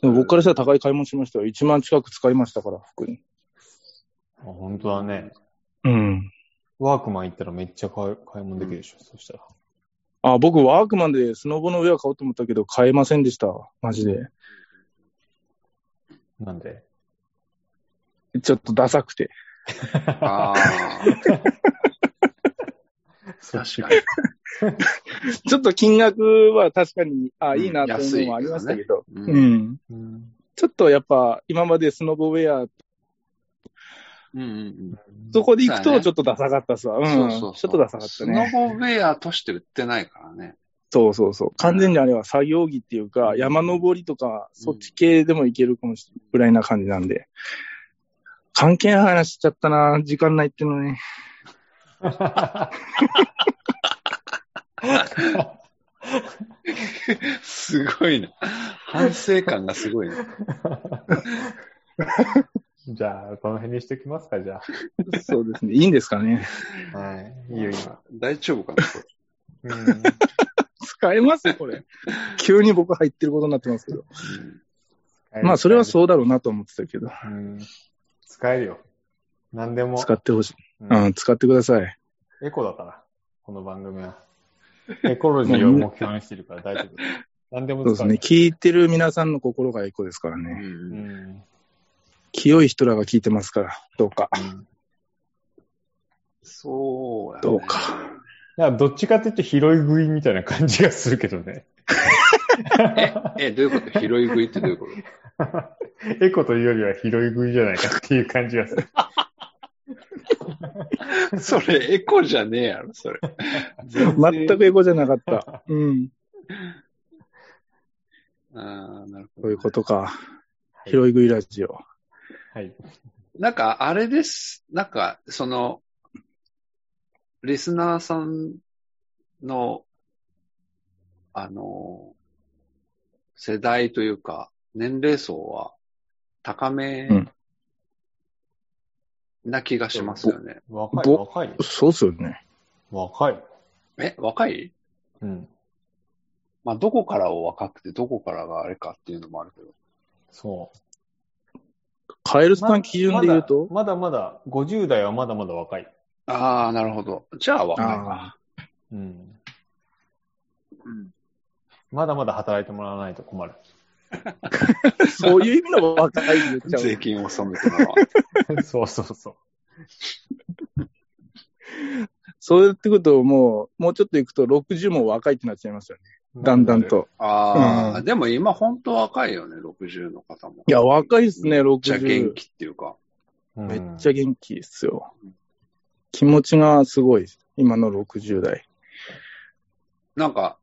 [SPEAKER 4] でも僕からしたら高い買い物しましたよ。1万近く使いましたから、服に。
[SPEAKER 3] あ本当だね。
[SPEAKER 4] うん。
[SPEAKER 3] ワークマン行ったらめっちゃ買い買い物できるでしょ、そしたら。
[SPEAKER 4] あ、僕、ワークマンでスノボのウェア買おうと思ったけど、買えませんでした。マジで。
[SPEAKER 3] なんで
[SPEAKER 4] ちょっとダサくて。 [laughs]
[SPEAKER 2] ああ。確かに。
[SPEAKER 4] ちょっと金額は確かに、あ、
[SPEAKER 2] うん
[SPEAKER 4] いいなというのもありましたけど。
[SPEAKER 2] うん
[SPEAKER 4] うん。
[SPEAKER 3] うん。
[SPEAKER 4] ちょっとやっぱ、今までスノボウェア、
[SPEAKER 2] うんうん
[SPEAKER 4] そこで行
[SPEAKER 2] そうだ
[SPEAKER 4] くと
[SPEAKER 2] ね
[SPEAKER 4] ちょっとダサかったさ。う。
[SPEAKER 2] うんん。そうそう
[SPEAKER 4] ち
[SPEAKER 2] そう。
[SPEAKER 4] ょっとダサかったね。
[SPEAKER 2] スノボウェアとして売ってないからね。
[SPEAKER 4] そうそうそう。完全にあれは作業着っていうか、
[SPEAKER 2] うん
[SPEAKER 4] 山登りとか、そっち系でもいけるかもしれないぐらいな感じなんで。関係ない話しちゃったな。時間ないっていうのね。
[SPEAKER 2] すごいな。反省感がすごいな。
[SPEAKER 3] じゃあ、この辺にしておきますか、じゃ
[SPEAKER 4] そうですね。いいんですかね。
[SPEAKER 3] あ。はい。いいよ、いいよ。
[SPEAKER 2] 大丈夫かなこれ
[SPEAKER 3] うん。
[SPEAKER 4] 使えますこれ。急に僕入ってることになってますけど。まあ、それはそうだろうなと思ってたけど。
[SPEAKER 3] うん。使えるよ。何でも。
[SPEAKER 4] 使ってほしい。
[SPEAKER 3] う
[SPEAKER 4] うんん、使ってください。
[SPEAKER 3] エコだから、この番組は。エコロジーを目標にしてるから大丈夫。何で
[SPEAKER 4] そ
[SPEAKER 3] も
[SPEAKER 4] うです
[SPEAKER 3] 使
[SPEAKER 4] ね。聞いてる皆さんの心がエコですから
[SPEAKER 2] う
[SPEAKER 4] ね。
[SPEAKER 3] うんん。
[SPEAKER 4] 清い人らが聞いてますから。どうか。
[SPEAKER 2] そうやね
[SPEAKER 4] どうか。
[SPEAKER 3] だからどっちかっていうと拾い食いみたいな感じがするけどね。
[SPEAKER 2] え、どういうこと拾い食いってどういうこと
[SPEAKER 3] エコというよりは拾い食いじゃないかっていう感じがする。
[SPEAKER 2] [laughs] それ、エコじゃねえやろ、それ。
[SPEAKER 4] [laughs] 全くエコじゃな
[SPEAKER 2] [laughs]
[SPEAKER 4] かった。うん。
[SPEAKER 2] ああ、なるほ
[SPEAKER 4] そ
[SPEAKER 2] ど
[SPEAKER 4] ういうことか。拾い食いラジオ。
[SPEAKER 3] はい。
[SPEAKER 2] なんか、あれです。なんか、その、リスナーさんの、あの、世代というか、年齢層は高め
[SPEAKER 4] うん
[SPEAKER 2] な気がしますよね。
[SPEAKER 3] 若い、
[SPEAKER 4] ぼ
[SPEAKER 3] 若い。
[SPEAKER 4] そうっすよね。
[SPEAKER 3] 若い。
[SPEAKER 2] え、若い
[SPEAKER 3] うん。
[SPEAKER 2] まあ、どこからを若くて、どこからがあれかっていうのもあるけど。
[SPEAKER 3] そう。
[SPEAKER 4] カエルさん基準で言うと、
[SPEAKER 3] まだまだ、まだ50代はまだまだ若い。
[SPEAKER 2] ああ、なるほど。じゃあ若いな。
[SPEAKER 4] ああ、
[SPEAKER 3] うん。
[SPEAKER 2] うん
[SPEAKER 3] まだまだ働いてもらわないと困
[SPEAKER 4] [laughs]
[SPEAKER 3] る。
[SPEAKER 4] そういう意味の若いっ
[SPEAKER 2] [laughs]
[SPEAKER 4] て言っちゃ
[SPEAKER 2] 税
[SPEAKER 4] う。
[SPEAKER 2] 金を納めてもらわない
[SPEAKER 3] そうそうそう。
[SPEAKER 4] そうやってくると、もう、もうちょっと行くと60も若いってなっちゃいますよね。だんだん。と。
[SPEAKER 2] ああ、
[SPEAKER 4] うん
[SPEAKER 2] でも今本当若いよね、60の方も。
[SPEAKER 4] いや、若いですね、60。
[SPEAKER 2] めっちゃ元気っていうか。
[SPEAKER 3] うん
[SPEAKER 4] めっちゃ元気ですよ。気持ちがすごいです。今の60代。
[SPEAKER 2] なんか、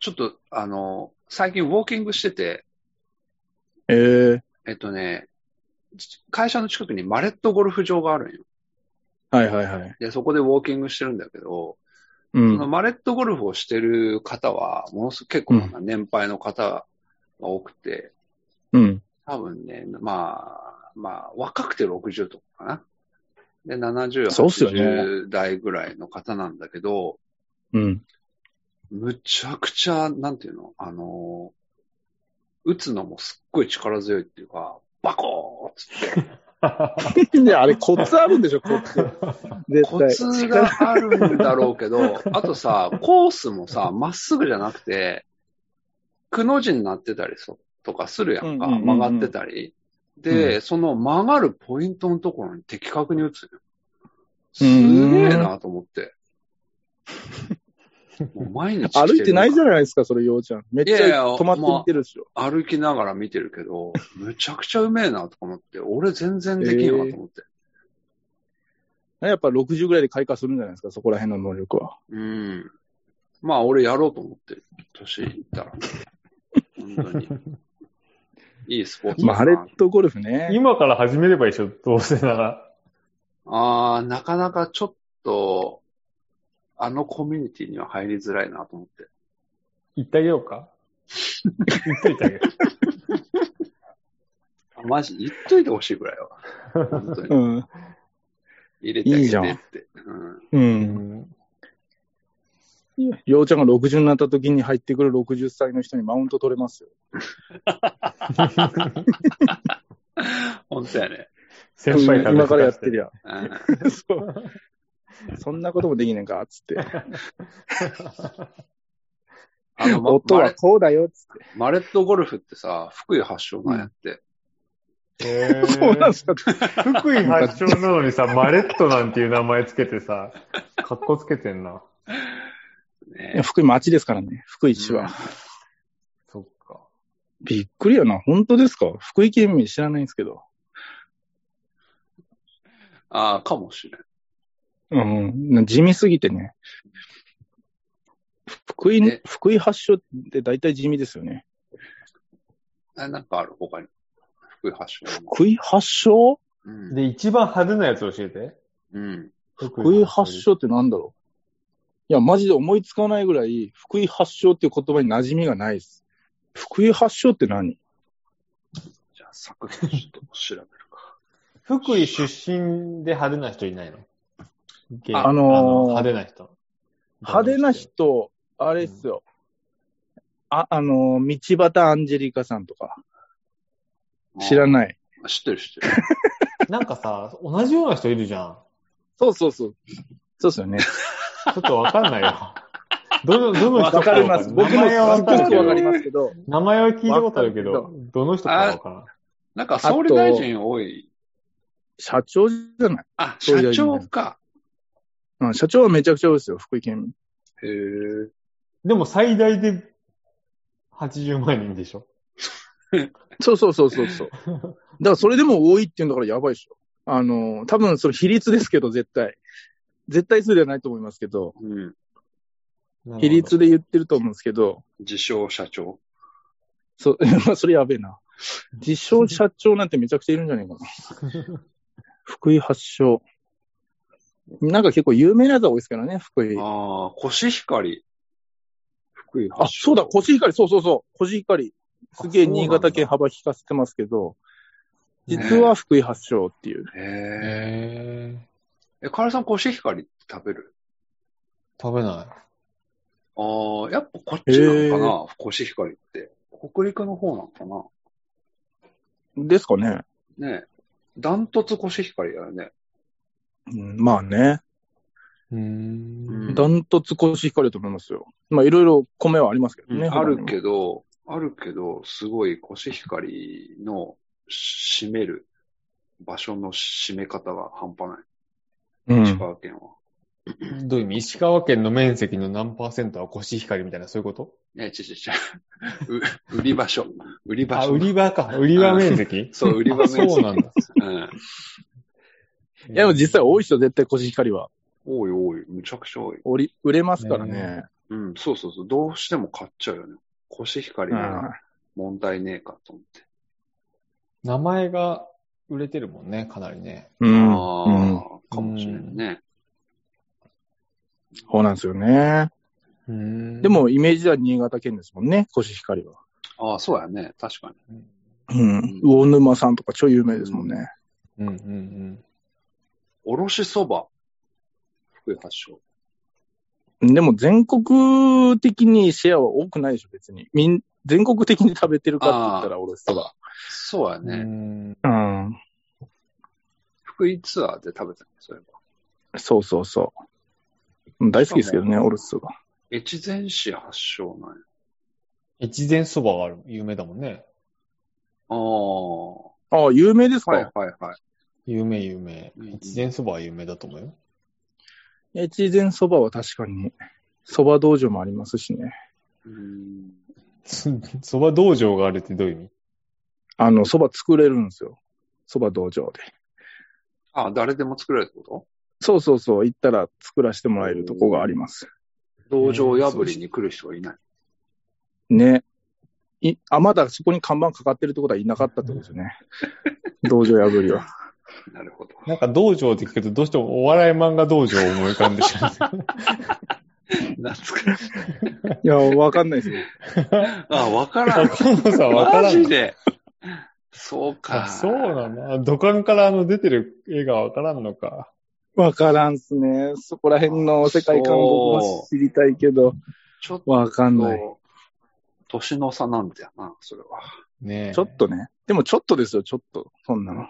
[SPEAKER 2] ちょっと、あの、最近ウォーキングしてて、
[SPEAKER 4] ええ
[SPEAKER 2] えっとね、会社の近くにマレットゴルフ場があるんよ。
[SPEAKER 4] はいはいはい。
[SPEAKER 2] で、そこでウォーキングしてるんだけど、
[SPEAKER 4] う
[SPEAKER 2] その
[SPEAKER 4] ん。
[SPEAKER 2] マレットゴルフをしてる方は、ものすごく結構なんか年配の方が多くて、
[SPEAKER 4] うん。
[SPEAKER 2] 多分ね、まあ、まあ、若くて60とかかな。で、70、
[SPEAKER 4] そうっすよね
[SPEAKER 2] 80代ぐらいの方なんだけど、
[SPEAKER 4] うん。 [laughs]
[SPEAKER 2] むちゃくちゃ、なんていうの、あのー打つのもすっごい力強いっていうか、バコーっつって、
[SPEAKER 4] で、あれ、コツあるんでしょ、コツ。絶
[SPEAKER 2] コ
[SPEAKER 4] 対。
[SPEAKER 2] ツがあるんだろうけ
[SPEAKER 4] [laughs]
[SPEAKER 2] ど、あとさ、コースもさ、まっすぐじゃなくて、くの字になってたりそとかするやんか、
[SPEAKER 4] うんうんうんうん
[SPEAKER 2] 曲がってたり。で、その曲がるポイントのところに的確に打つのよ。すげえなと思
[SPEAKER 4] [laughs]
[SPEAKER 2] って。もう毎日来る
[SPEAKER 4] 歩いてないじゃないですか、それ、ようちゃん。めっち
[SPEAKER 2] いやい
[SPEAKER 4] ゃ
[SPEAKER 2] や
[SPEAKER 4] 止まって見てるでしょ。
[SPEAKER 2] 歩きながら見てるけど、むちゃくちゃうめえなとか思って、俺全然できんわと思って。
[SPEAKER 4] やっぱ60ぐらいで開花するんじゃないですか、そこら辺の能力は。
[SPEAKER 2] うん。まあ、俺やろうと思ってる、年いった
[SPEAKER 4] [laughs]
[SPEAKER 2] ら。本当に。いいスポーツだな。
[SPEAKER 4] マレットゴルフね。
[SPEAKER 3] 今から始めれば一緒、どうせなら。
[SPEAKER 2] ああ、なかなかちょっと、あのコミュニティには入りづらいなと思って。
[SPEAKER 3] 行ってあげようか。行っといてあげる。
[SPEAKER 2] あマジ、言っといてほしいぐらいは。本当
[SPEAKER 4] う
[SPEAKER 2] に。
[SPEAKER 4] ん。
[SPEAKER 2] 入れてあげ
[SPEAKER 4] いいじゃん
[SPEAKER 2] てって。うん。
[SPEAKER 4] う。
[SPEAKER 3] うんん。
[SPEAKER 4] ようちゃんが60になった時に入ってくる60歳の人にマウント取れますよ。
[SPEAKER 2] 本当やね。
[SPEAKER 3] 先
[SPEAKER 4] うん
[SPEAKER 3] 輩
[SPEAKER 4] 今からやってるやん。
[SPEAKER 2] うん。
[SPEAKER 4] そう。そんなこともできねえか、つって。
[SPEAKER 2] あの、ま
[SPEAKER 4] [laughs] 音
[SPEAKER 2] マ
[SPEAKER 4] は
[SPEAKER 2] レ
[SPEAKER 4] こうだよ、つっ
[SPEAKER 2] マレットゴルフってさ、福井発祥なんやって。
[SPEAKER 3] へ
[SPEAKER 2] [laughs]
[SPEAKER 4] て。そうな
[SPEAKER 3] ー
[SPEAKER 4] んですか。
[SPEAKER 3] 福井発祥なのにさ、マレットなんていう名前つけてさ、かっこつけてんな。
[SPEAKER 2] ね
[SPEAKER 4] いや福井町ですからね、福井市は。
[SPEAKER 3] そっか。
[SPEAKER 4] びっくりやな、本当ですか福井県民知らないんですけど。
[SPEAKER 2] ああ、かもしれん。
[SPEAKER 4] うん、地味すぎてね。福井
[SPEAKER 2] え、
[SPEAKER 4] 福井発祥って大体地味ですよね。
[SPEAKER 2] あなんかある、他に。福井発祥の。
[SPEAKER 4] 福井発祥
[SPEAKER 2] うん。
[SPEAKER 3] で、一番派手なやつ教えて。
[SPEAKER 2] うん。
[SPEAKER 3] 福
[SPEAKER 4] 福井発祥ってなんだろういや、マジで思いつかないぐらい、福井発祥っていう言葉に馴染みがないです。福井発祥って何
[SPEAKER 2] じゃあ、作品ちょっと調べるか。
[SPEAKER 3] 福井出身で派手な人いないの
[SPEAKER 4] あのー
[SPEAKER 3] 派手な人。
[SPEAKER 4] 派手な。人、あれっすよ。あ、あのー、道端アンジェリカさんとか。知ら
[SPEAKER 2] ん。
[SPEAKER 4] ない。
[SPEAKER 2] [laughs] 知ってる、知ってる。 [laughs]
[SPEAKER 3] なんかさ、同じような人いるじゃん。
[SPEAKER 4] そうそうそう。そうですよね。
[SPEAKER 3] ちょっとわかんないよ。どの、どの人
[SPEAKER 4] わかります。僕
[SPEAKER 3] 名
[SPEAKER 4] も
[SPEAKER 3] 前は
[SPEAKER 4] す
[SPEAKER 3] わか
[SPEAKER 4] っご
[SPEAKER 3] る
[SPEAKER 4] く
[SPEAKER 3] け
[SPEAKER 4] わかり
[SPEAKER 3] ど。
[SPEAKER 4] ますけど。
[SPEAKER 3] 名前は聞いたことあるけ
[SPEAKER 4] わか
[SPEAKER 3] ど、どの人かはわからん。
[SPEAKER 2] なんか、総理大臣多い。
[SPEAKER 4] 社長じゃない。
[SPEAKER 2] あ、
[SPEAKER 4] 総理
[SPEAKER 2] 社
[SPEAKER 4] 大臣
[SPEAKER 2] 長か。
[SPEAKER 4] うん、社長はめちゃくちゃ多いですよ、福井県
[SPEAKER 2] へ
[SPEAKER 4] 民。
[SPEAKER 2] え。
[SPEAKER 3] でも最大で80万人でしょ。
[SPEAKER 4] そうそうそうそうそう。だからそれでも多いっていうんだからやばいでしょ。あの、多分それ比率ですけど、絶対。絶対数ではないと思いますけど、
[SPEAKER 2] うん。
[SPEAKER 4] 比率で言ってると思うんですけど、
[SPEAKER 2] 自称社長。
[SPEAKER 4] そ、 [laughs] まあそれやべえな。自称社長なんてめちゃくちゃいるんじゃないかな。福井発祥。なんか結構有名なやつが多いですからね、福井。あ、
[SPEAKER 2] ああ、コシヒカリ。福井発
[SPEAKER 4] そうだ、コシヒカリ、そうそうそう、コシヒカリ。すげ
[SPEAKER 3] あ
[SPEAKER 4] え
[SPEAKER 3] そうなん
[SPEAKER 4] 新
[SPEAKER 3] だ
[SPEAKER 4] 潟県幅利かせてますけど、
[SPEAKER 2] ね
[SPEAKER 4] 実は福井発祥っていう。
[SPEAKER 2] 祥。へえ。
[SPEAKER 3] へー
[SPEAKER 2] え、カエルさん、コシヒカリって食べる
[SPEAKER 3] 食べない。
[SPEAKER 2] ああ、やっぱこっちなのかなコシヒカリって。北陸の方なのかな
[SPEAKER 4] ですかね。
[SPEAKER 2] ねえ。ダントツコシヒカリだよね。
[SPEAKER 4] うんまあね。
[SPEAKER 3] うーん。
[SPEAKER 4] ダントツコシヒカリだと思いますよ。まあいろいろ米はありますけどね。
[SPEAKER 2] ある
[SPEAKER 4] ど。
[SPEAKER 2] けど、あるけど、すごいコシヒカリの占める場所の占め方が半端ない。
[SPEAKER 4] うん
[SPEAKER 2] 石川県は。
[SPEAKER 3] どういう意味石川県の面積の何パーセントはコシヒカリみたいな、そういうこと
[SPEAKER 2] え、違う違う違う。う売り場所。売り場
[SPEAKER 3] あ、
[SPEAKER 2] 所。
[SPEAKER 3] 売り場か。売り場面積
[SPEAKER 2] そう、売り場面積。
[SPEAKER 3] そうなんだ。
[SPEAKER 2] うん。
[SPEAKER 3] い
[SPEAKER 4] いや、でも実際多い人絶対コシヒカリは。
[SPEAKER 2] 多い多い。むちゃくちゃ多い。
[SPEAKER 4] おり売れますからね。
[SPEAKER 2] うん、そうそうそう。どうしても買っちゃうよね。コシヒカリ
[SPEAKER 4] う
[SPEAKER 2] なんら。問題ねえかと思って。
[SPEAKER 3] 名前が売れてるもんね、かなりね。
[SPEAKER 4] うん。うん。
[SPEAKER 2] ああ、かもしれんね。
[SPEAKER 4] そうなんですよね。
[SPEAKER 3] うん
[SPEAKER 4] で、も、イメージは新潟県ですもんね、コシヒカリは。
[SPEAKER 2] ああ、そうやね。確かに。
[SPEAKER 4] うん。魚沼さんとか超有名ですもんね。
[SPEAKER 3] うんうんうん。
[SPEAKER 2] おろしそば。福井発祥。
[SPEAKER 4] でも、全国的にシェアは多くないでしょ、別に。みん、全国的に食べてるかって言ったら、おろしそば。
[SPEAKER 2] そうやね。
[SPEAKER 3] うん
[SPEAKER 4] うん。
[SPEAKER 2] 福井ツアーで食べたの、そういえば。
[SPEAKER 4] そうそうそう。大好きですけどね、おろしそば。
[SPEAKER 2] 越前市発祥なんや。
[SPEAKER 3] 越前そばがある有名だもんね。
[SPEAKER 2] ああ。
[SPEAKER 4] ああ、有名ですか、
[SPEAKER 2] はいはいはい。
[SPEAKER 3] 有名有名
[SPEAKER 2] うんうん。
[SPEAKER 3] 越前そばは有名だと思うよ。 [laughs]
[SPEAKER 4] 越前そばは確かに、そば道場もありますしね。
[SPEAKER 2] うーん。
[SPEAKER 3] そば道場があるってどういう意味
[SPEAKER 4] あの、そば作れるんですよ。そば道場で。
[SPEAKER 2] あ、誰でも作れるってこ
[SPEAKER 4] そうそうそう、行ったら作らせてもらえるとこがあります。
[SPEAKER 2] と道場破りに来る人はいない。
[SPEAKER 4] ね。いあ、まだそこに看板かかってるってことはいなかったってことですよ [laughs] ね。道場破りは。
[SPEAKER 2] なるほど。
[SPEAKER 3] なんか道場って聞くとどうしてもお笑い漫画道場を思い浮かんでしまう。
[SPEAKER 2] 懐かしい。
[SPEAKER 4] いや、わかんないですよ。
[SPEAKER 2] あ、わから [laughs] ん。
[SPEAKER 3] 河野さんわからん
[SPEAKER 2] マ
[SPEAKER 3] の
[SPEAKER 2] ジで。そう
[SPEAKER 3] あ
[SPEAKER 2] か。
[SPEAKER 3] そうなんだ。土管からあの出てる絵がわからんのか。
[SPEAKER 4] わからんっすね。そこら辺の世界観僕も知りたいけど、
[SPEAKER 2] ちょっと、
[SPEAKER 4] わかんない。
[SPEAKER 2] 年の差なんだよな、それは。
[SPEAKER 3] ねえ。
[SPEAKER 4] ちょっとね。でもちょっとですよ、ちょっと。そんなの。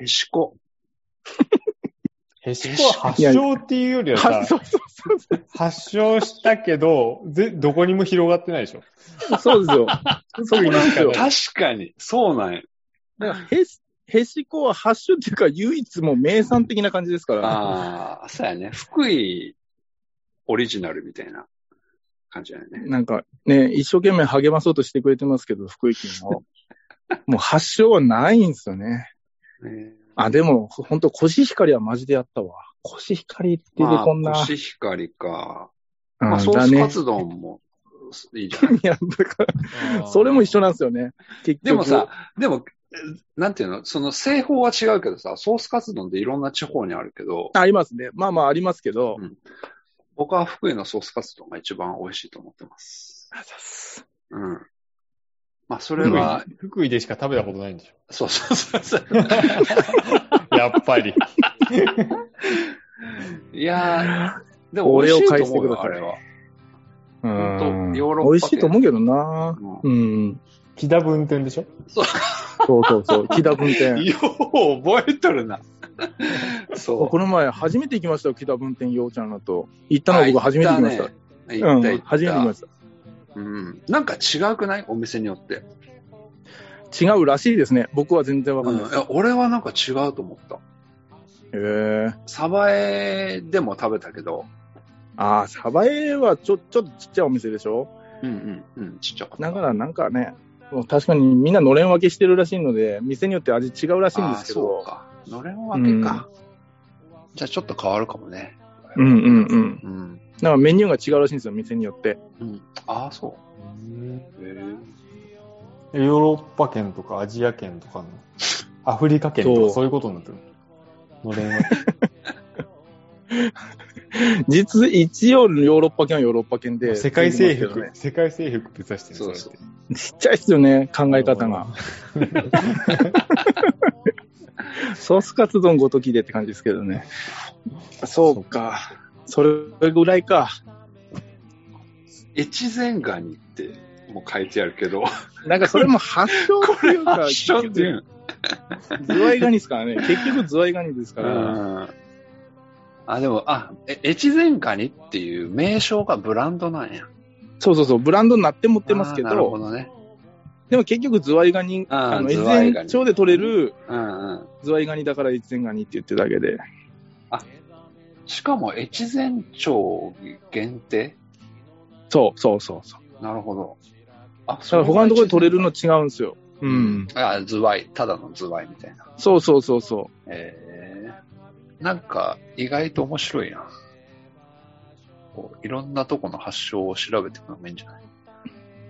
[SPEAKER 2] へしこ。
[SPEAKER 3] へしこは発祥っていうよりはさ、
[SPEAKER 4] [laughs] あそうそうそうそう。
[SPEAKER 3] 発症したけど、ぜ、どこにも広がってないでしょ。
[SPEAKER 4] そうですよ。 [laughs] そうなんですよ。
[SPEAKER 2] 確かに、そうなんや。
[SPEAKER 4] だからへし、へしこは発祥っていうか、唯一もう名産的な感じですから。
[SPEAKER 2] ああ、そうやね。福井オリジナルみたいな感じだよね。
[SPEAKER 4] なんかね、一生懸命励まそうとしてくれてますけど、福井県を。 [laughs] もう発祥はないんですよね。
[SPEAKER 2] ね
[SPEAKER 4] あ、でも、ほんと、コシヒカリはマジでやったわ。コシヒカリって出て
[SPEAKER 2] まあ、
[SPEAKER 4] こんな。
[SPEAKER 2] コシヒカリか。
[SPEAKER 4] うん
[SPEAKER 2] まあ、ソー
[SPEAKER 4] だ
[SPEAKER 2] ス
[SPEAKER 4] ね
[SPEAKER 2] カツ丼もいいじゃない。
[SPEAKER 4] [laughs] いや、だから、それも一緒なんですよね。結局。
[SPEAKER 2] でもさ、、でも、えなんていうのその製法は違うけどさ、ソースカツ丼っていろんな地方にあるけど、
[SPEAKER 4] ありますね。まあまあありますけど。
[SPEAKER 2] うん僕は福井のソースカツ丼が一番美味しいと思ってます。
[SPEAKER 4] あざっす
[SPEAKER 2] うん。まあ、それ
[SPEAKER 3] 福井
[SPEAKER 2] は、
[SPEAKER 3] 福井でしか食べたことないんでし
[SPEAKER 2] そうそうそうそう。
[SPEAKER 3] ょ。やっぱり。
[SPEAKER 2] いやー、でも
[SPEAKER 4] 俺
[SPEAKER 2] 美
[SPEAKER 4] を
[SPEAKER 2] 味しい
[SPEAKER 4] 返
[SPEAKER 2] と
[SPEAKER 4] して
[SPEAKER 2] 思う
[SPEAKER 4] く
[SPEAKER 2] よ、あ
[SPEAKER 4] ださい
[SPEAKER 2] れは。
[SPEAKER 4] う
[SPEAKER 2] ほん
[SPEAKER 4] ん。
[SPEAKER 2] と
[SPEAKER 4] 美
[SPEAKER 2] ヨーロッパ
[SPEAKER 4] 味しいと思うけどな。
[SPEAKER 2] うん
[SPEAKER 4] うん。
[SPEAKER 3] 木田文店でしょ
[SPEAKER 4] そうそうそう。木田文店。
[SPEAKER 2] よう覚えとる
[SPEAKER 4] [laughs]
[SPEAKER 2] な。そ
[SPEAKER 4] この前、初めて行きましたよ、北文店、ようちゃんらと。行ったのは僕、初めて行きました。
[SPEAKER 2] う。行った
[SPEAKER 4] う
[SPEAKER 2] 行
[SPEAKER 4] ん、
[SPEAKER 2] った。
[SPEAKER 4] 初めて行きました。
[SPEAKER 2] うん。なんか違うくないお店によって。
[SPEAKER 4] 違うらしいですね。僕は全然わか
[SPEAKER 2] うんん、い
[SPEAKER 4] ないです。
[SPEAKER 2] や俺はなんか違うと思った。
[SPEAKER 4] へ、え
[SPEAKER 2] サバエでも食べたけど、
[SPEAKER 4] ああ、サバエはちょ、ちょっとちっちゃいお店でしょ
[SPEAKER 2] うんうんうん、ちっちゃかった。
[SPEAKER 4] だからなんかね、もう確かにみんなのれん分けしてるらしいので、店によって味違うらしいん
[SPEAKER 2] あ
[SPEAKER 4] で
[SPEAKER 2] あ、
[SPEAKER 4] すけ
[SPEAKER 2] そう
[SPEAKER 4] ど。
[SPEAKER 2] か。のれんわけか。じゃあちょっと変わるかもね。
[SPEAKER 4] うんうんうん。
[SPEAKER 2] うん。
[SPEAKER 4] だからメニューが違うらしいんですよ、店によって。
[SPEAKER 2] うん、ああ、そ
[SPEAKER 3] うん
[SPEAKER 2] う。へえ。
[SPEAKER 3] ヨーロッパ圏とかアジア圏とかの、アフリカ圏と
[SPEAKER 4] そう
[SPEAKER 3] かそういうことになってる。のれんは。
[SPEAKER 4] 実、一応ヨーロッパ圏はヨーロッパ圏で。
[SPEAKER 3] 世界征
[SPEAKER 4] 出てますけ
[SPEAKER 3] 服、
[SPEAKER 4] どね
[SPEAKER 3] 世界征服目指してる
[SPEAKER 2] そうそう
[SPEAKER 3] れって
[SPEAKER 4] ちっちゃいっすよね、考え方が。ソースカツ丼ごときでって感じですけどね。そうか。それぐらいか。
[SPEAKER 2] 越前ガニって、もう書いてあるけど、
[SPEAKER 4] なんかそれも発祥っ
[SPEAKER 2] こ
[SPEAKER 4] てい
[SPEAKER 2] れ
[SPEAKER 4] うか、
[SPEAKER 2] は一緒っていう。
[SPEAKER 4] 結局ズワイガニですからね。結局ズワイガニですか
[SPEAKER 2] う
[SPEAKER 4] ら。
[SPEAKER 2] ん。あ、でも、あ、え越前ガニっていう名称がブランドなんや。
[SPEAKER 4] そうそうそう、ブランドになって持ってますけ
[SPEAKER 2] あーなるほ
[SPEAKER 4] ど、
[SPEAKER 2] どね。
[SPEAKER 4] でも結局、ズワイガニ、
[SPEAKER 2] あー
[SPEAKER 4] あの、
[SPEAKER 2] ズ
[SPEAKER 4] 越
[SPEAKER 2] ワイガニ
[SPEAKER 4] 前町で取れる
[SPEAKER 2] うんうん。
[SPEAKER 4] ズワイガニだから越前ガニって言ってるだけで。
[SPEAKER 2] しかも、越前町限定
[SPEAKER 4] そうそうそうそう。
[SPEAKER 2] なるほど。あ、
[SPEAKER 4] だから他のところで取れるの違うんですよ。うん。
[SPEAKER 2] あ、ズワイ。ただのズワイみたいな。
[SPEAKER 4] そうそうそうそ。
[SPEAKER 2] えー、なんか、意外と面白いな。こういろんなとこの発祥を調べていくのもいいんじゃない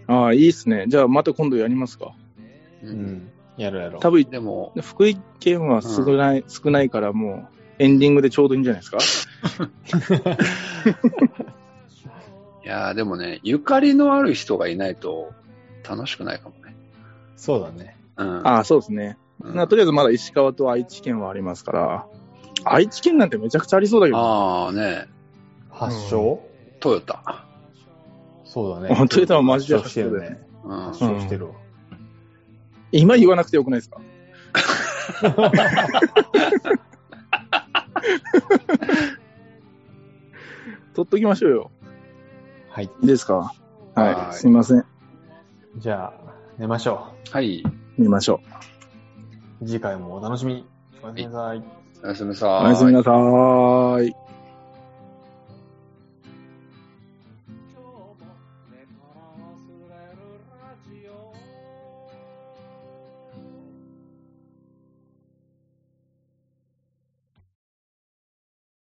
[SPEAKER 2] う
[SPEAKER 4] ああ、いいっすね。じゃあまた今度やりますか。
[SPEAKER 2] う
[SPEAKER 3] う。ん。やろうやろう。
[SPEAKER 4] 多分、
[SPEAKER 2] でも、
[SPEAKER 4] 福井県は少ない、少ないからもう、エンディングでちょうどいいんじゃないですか。
[SPEAKER 2] いやーでもね、ゆかりのある人がいないと楽しくないかもね。
[SPEAKER 3] そうだね。
[SPEAKER 2] うん。
[SPEAKER 4] ああ、そうですね。
[SPEAKER 2] うん
[SPEAKER 4] なとりあえずまだ石川と愛知県はありますから、愛知県なんてめちゃくちゃありそうだけど、
[SPEAKER 2] あーね、
[SPEAKER 3] 発祥、
[SPEAKER 2] トヨタ。
[SPEAKER 3] そうだね。
[SPEAKER 4] 本当に多分マジで
[SPEAKER 3] 発祥してるね。
[SPEAKER 2] うん
[SPEAKER 3] 発。祥してるわ。
[SPEAKER 4] 今言わなくてよくな
[SPEAKER 2] [laughs]
[SPEAKER 4] いですか取っときましょうよ。
[SPEAKER 3] はい。
[SPEAKER 4] いいですか
[SPEAKER 2] は
[SPEAKER 4] はいい。すいません。
[SPEAKER 3] じゃあ、寝ましょ
[SPEAKER 2] はい。
[SPEAKER 4] 見ましょ
[SPEAKER 3] う。次回もお楽しみに。おやすみなさい。
[SPEAKER 2] おやすみさー
[SPEAKER 4] う。
[SPEAKER 2] い
[SPEAKER 4] おやすみなさーい。